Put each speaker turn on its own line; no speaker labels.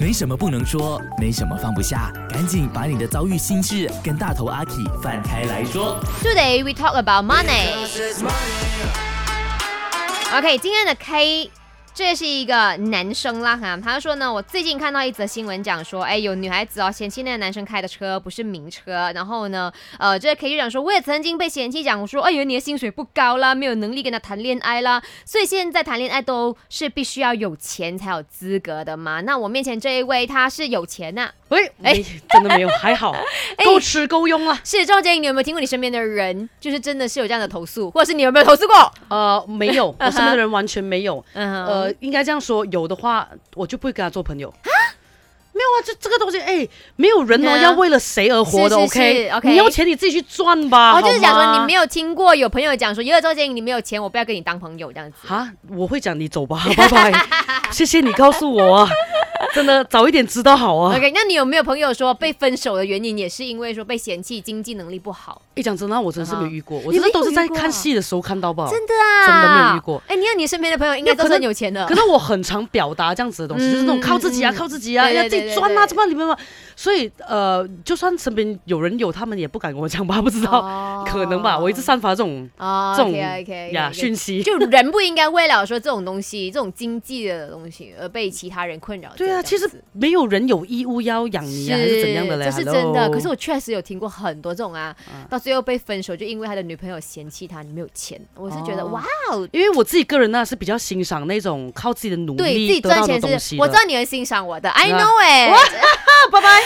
没什么不能说，没什么放不下，赶紧把你的遭遇心事跟大头阿 K 放开来说。
Today we talk about money。OK，今天的 K，这是一个男生啦哈，他说呢，我最近看到一则新闻讲说，哎，有女孩子哦嫌弃那个男生开的车不是名车，然后呢，呃，这个 K 就讲说，我也曾经被嫌弃讲说，哎呦，你的薪水不高啦，没有能力跟他谈恋爱啦，所以现在谈恋爱都是必须要有钱才有资格的嘛。那我面前这一位他是有钱呐、
喂，
哎
哎，真的没有，还好，够吃够用啊了。
是赵建英，你有没有听过你身边的人，就是真的是有这样的投诉，或者是你有没有投诉过？
呃，没有，
嗯哼
我身边的人完全没有。
嗯，
呃，应该这样说，有的话我就不会跟他做朋友。没有啊，这这个东西，哎，没有人
嗯
哦
哼
要为了谁而活
是
的
是是
，OK？
，OK
你要钱你自己去赚吧。
哦，就是
好
讲
吗
说你没有听过有朋友讲说，因为赵建英你没有钱，我不要跟你当朋友这样子。
啊，我会讲你走吧， 拜拜，谢谢你告诉我啊，真的早一点知道好啊。
OK，那你有没有朋友说被分手的原因也是因为说被嫌弃经济能力不好？
一讲真的，啊我真是没有遇过，
啊
我
你
真
没
的
有
都是
遇
在
过
看戏的时候看到吧。
真的啊，
真的没有遇过。
哎，你看你身边的朋友应该
有
都
可
是
能
很有钱的。
可是我很常表达这样子的东西，
嗯
就是那种靠自己啊，
嗯嗯
靠自己啊，
对对
要自
对对
己赚啊，
对
怎么你们嘛？所以呃，就算身边有人有，他们也不敢跟我讲吧，不知道，
哦
可能吧。我一直散发这种
哦
这种
OK，OK，OK，
呀讯息。
就人不应该为了说这种东西、这种经济的东西而被其他人困扰着。
对啊，
这样
其实
子
没有人有义务要养你啊，还是怎样的嘞？
这是真的。
Hello 嗯
可是我确实有听过很多这种啊，到最后被分手，就因为他的女朋友嫌弃他，你没有钱。我是觉得、
哦
哇哦，
因为我自己个人呢是比较欣赏那种靠自己的努
对自己
力得
赚
到的
钱
东
是，
西
我知
的。
道你很欣赏我的，I
对啊
know it。
拜拜。